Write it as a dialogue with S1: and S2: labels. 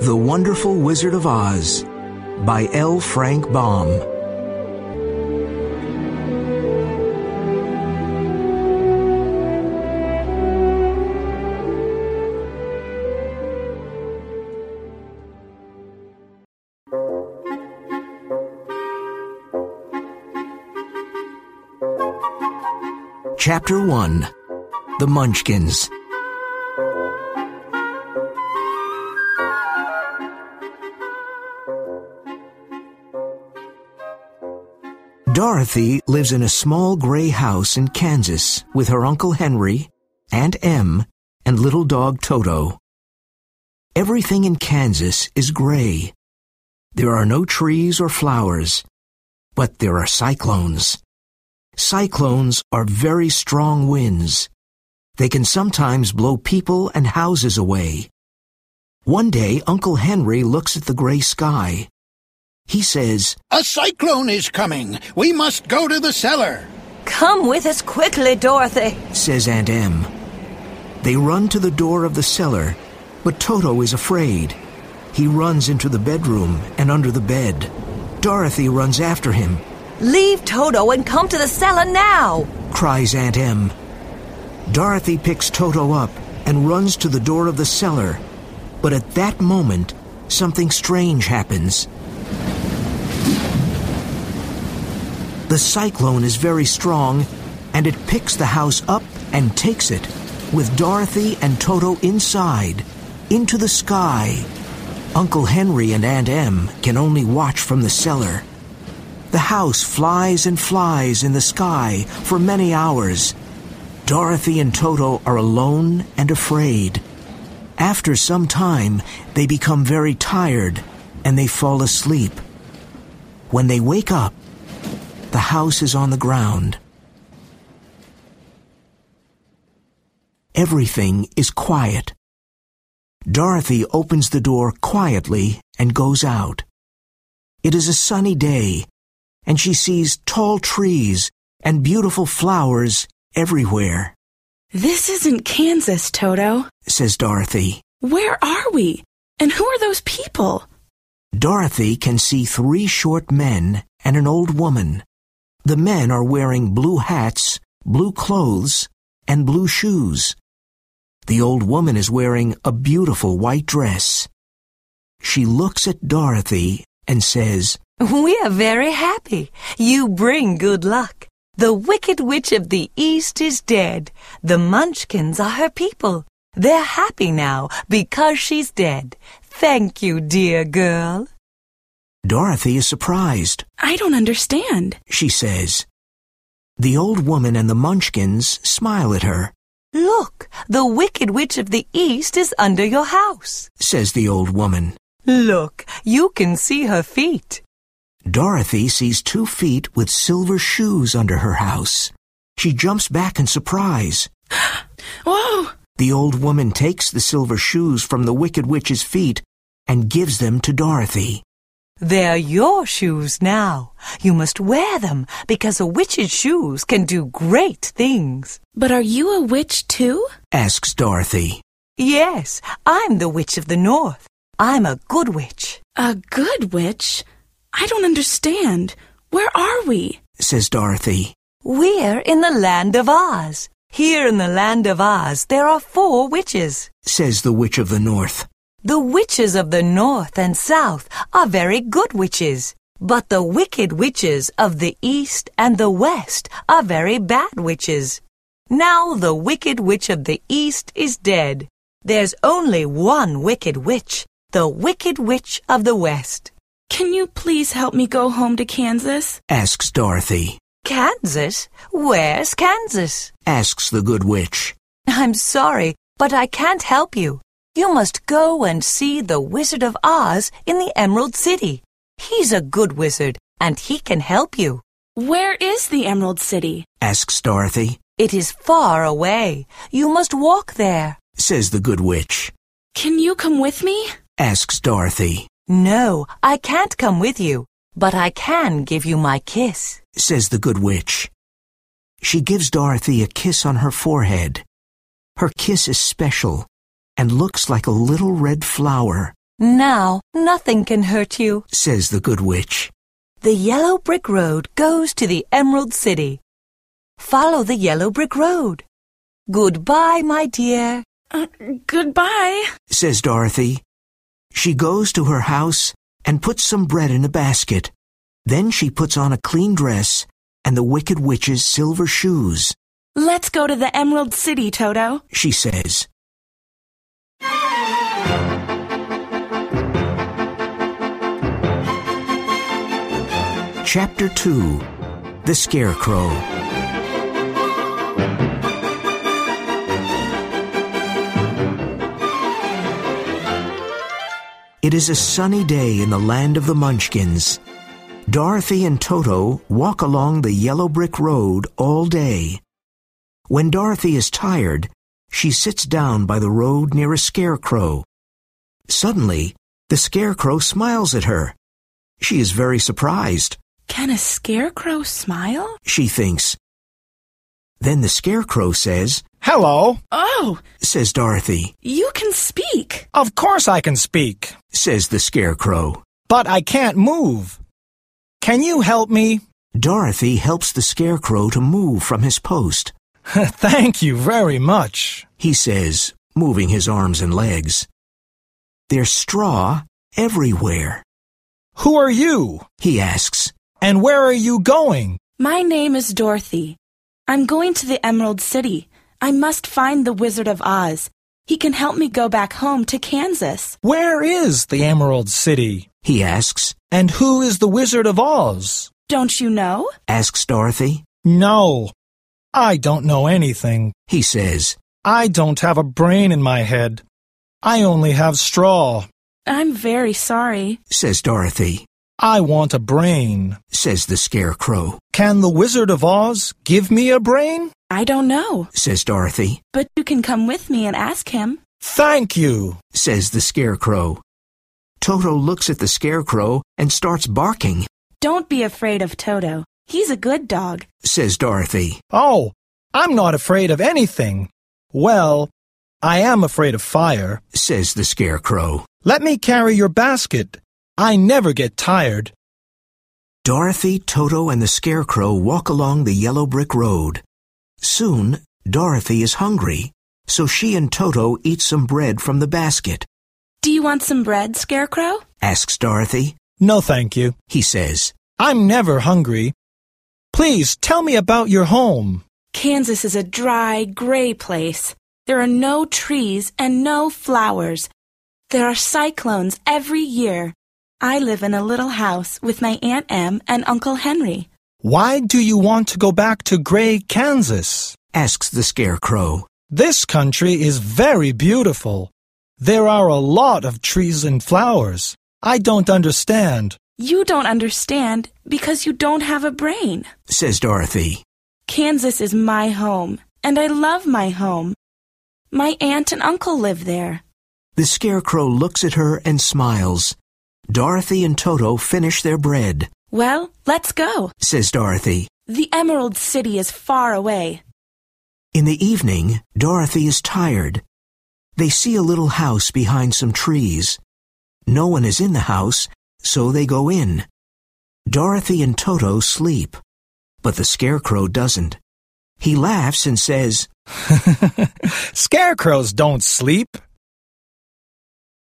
S1: The Wonderful Wizard of Oz by L. Frank Baum. Chapter 1 The Munchkins. Dorothy lives in a small gray house in Kansas with her Uncle Henry, Aunt Em, and little dog Toto. Everything in Kansas is gray. There are no trees or flowers, but there are cyclones. Cyclones are very strong winds. They can sometimes blow people and houses away. One day, Uncle Henry looks at the gray sky. He says,
S2: A cyclone is coming. We must go to the cellar.
S3: Come with us quickly, Dorothy.
S1: says Aunt Em. They run to the door of the cellar, but Toto is afraid. He runs into the bedroom and under the bed. Dorothy runs after him,
S3: Leave Toto and come to the cellar now.
S1: cries Aunt Em. Dorothy picks Toto up and runs to the door of the cellar. But at that moment, something strange happens. The cyclone is very strong, and it picks the house up and takes it, with Dorothy and Toto inside, into the sky. Uncle Henry and Aunt Em can only watch from the cellar. The house flies and flies in the sky for many hours. Dorothy and Toto are alone and afraid. After some time, they become very tired and they fall asleep. When they wake up, the house is on the ground. Everything is quiet. Dorothy opens the door quietly and goes out. It is a sunny day, and she sees tall trees and beautiful flowers everywhere,
S4: This isn't Kansas, Toto.
S1: says Dorothy.
S4: Where are we? And who are those people?
S1: Dorothy can see three short men and an old woman. The men are wearing blue hats, blue clothes, and blue shoes. The old woman is wearing a beautiful white dress. She looks at Dorothy and says,
S3: We are very happy. You bring good luck. The Wicked Witch of the East is dead. The Munchkins are her people. They're happy now because she's dead. Thank you, dear girl.
S1: Dorothy is surprised.
S4: I don't understand.
S1: She says, The old woman and the munchkins smile at her.
S3: Look, the Wicked Witch of the East is under your house.
S1: says the old woman.
S3: Look, you can see her feet.
S1: Dorothy sees two feet with silver shoes under her house. She jumps back in surprise.
S4: Whoa!
S1: The old woman takes the silver shoes from the Wicked Witch's feet and gives them to Dorothy.
S3: They're your shoes now. You must wear them because a witch's shoes can do great things.
S4: But are you a witch too?
S1: Asks Dorothy.
S3: Yes, I'm the witch of the north. I'm a good witch.
S4: A good witch? I don't understand. Where are we?
S1: Says Dorothy.
S3: We're in the land of Oz. Here in the land of Oz, there are four witches.
S1: Says the Witch of the North.
S3: The witches of the north and south are very good witches. But the wicked witches of the east and the west are very bad witches. Now the wicked witch of the east is dead. There's only one wicked witch, the wicked witch of the west.
S4: Can you please help me go home to Kansas?
S1: Asks Dorothy.
S3: Kansas? Where's Kansas?
S1: Asks the Good Witch.
S3: I'm sorry, but I can't help you. You must go and see the Wizard of Oz in the Emerald City. He's a good wizard, and he can help you.
S4: Where is the Emerald City?
S1: Asks Dorothy.
S3: It is far away. You must walk there.
S1: Says the Good Witch.
S4: Can you come with me?
S1: Asks Dorothy.
S3: No, I can't come with you, but I can give you my kiss.
S1: says the good witch. She gives Dorothy a kiss on her forehead. Her kiss is special and looks like a little red flower
S3: Now nothing can hurt you.
S1: says the good witch.
S3: The yellow brick road goes to the Emerald City. Follow the yellow brick road. Goodbye, my dear.
S4: Uh, goodbye.
S1: says Dorothy. She goes to her house and puts some bread in a basket. Then she puts on a clean dress and the Wicked Witch's silver shoes,
S4: Let's go to the Emerald City, Toto.
S1: she says. Chapter 2 The Scarecrow It is a sunny day in the land of the Munchkins. Dorothy and Toto walk along the yellow brick road all day. When Dorothy is tired, she sits down by the road near a scarecrow. Suddenly, the scarecrow smiles at her. She is very surprised,
S4: Can a scarecrow smile?
S1: she thinks. Then the scarecrow says,
S5: Hello.
S4: Oh,
S1: says Dorothy,
S4: you can speak.
S5: Of course I can speak,
S1: says the scarecrow.
S5: but I can't move. Can you help me?
S1: Dorothy helps the scarecrow to move from his post.
S5: Thank you very much.
S1: he says, moving his arms and legs. There's straw everywhere,
S5: Who are you?
S1: he asks.
S5: And where are you going?
S4: My name is Dorothy. I'm going to the Emerald City. I must find the Wizard of Oz. He can help me go back home to Kansas.
S5: Where is the Emerald City?
S1: He asks,
S5: And who is the Wizard of Oz?
S4: Don't you know?
S1: asks Dorothy.
S5: No. I don't know anything.
S1: He says,
S5: I don't have a brain in my head. I only have straw.
S4: I'm very sorry.
S1: says Dorothy,
S5: I want a brain.
S1: says the scarecrow,
S5: Can the Wizard of Oz give me a brain?
S4: I don't know.
S1: says Dorothy,
S4: But you can come with me and ask him.
S5: Thank you.
S1: says the scarecrow. Toto looks at the scarecrow and starts barking,
S4: Don't be afraid of Toto. He's a good dog.
S1: says Dorothy,
S5: Oh, I'm not afraid of anything. Well, I am afraid of fire.
S1: says the scarecrow.
S5: Let me carry your basket. I never get tired.
S1: Dorothy, Toto, and the Scarecrow walk along the yellow brick road. Soon, Dorothy is hungry, so she and Toto eat some bread from the basket.
S4: Do you want some bread, Scarecrow?
S1: Asks Dorothy.
S5: No, thank you.
S1: He says,
S5: I'm never hungry. Please tell me about your home.
S4: Kansas is a dry, gray place. There are no trees and no flowers. There are cyclones every year. I live in a little house with my Aunt Em and Uncle Henry.
S5: Why do you want to go back to Gray, Kansas?
S1: asks the Scarecrow,
S5: This country is very beautiful. There are a lot of trees and flowers. I don't understand.
S4: You don't understand because you don't have a brain.
S1: says Dorothy,
S4: Kansas is my home, and I love my home. My aunt and uncle live there.
S1: The Scarecrow looks at her and smiles. Dorothy and Toto finish their bread,
S4: Well, let's go.
S1: says Dorothy.
S4: The Emerald City is far away.
S1: In the evening, Dorothy is tired. They see a little house behind some trees. No one is in the house, so they go in. Dorothy and Toto sleep, but the Scarecrow doesn't. He laughs and says,
S5: Scarecrows don't sleep.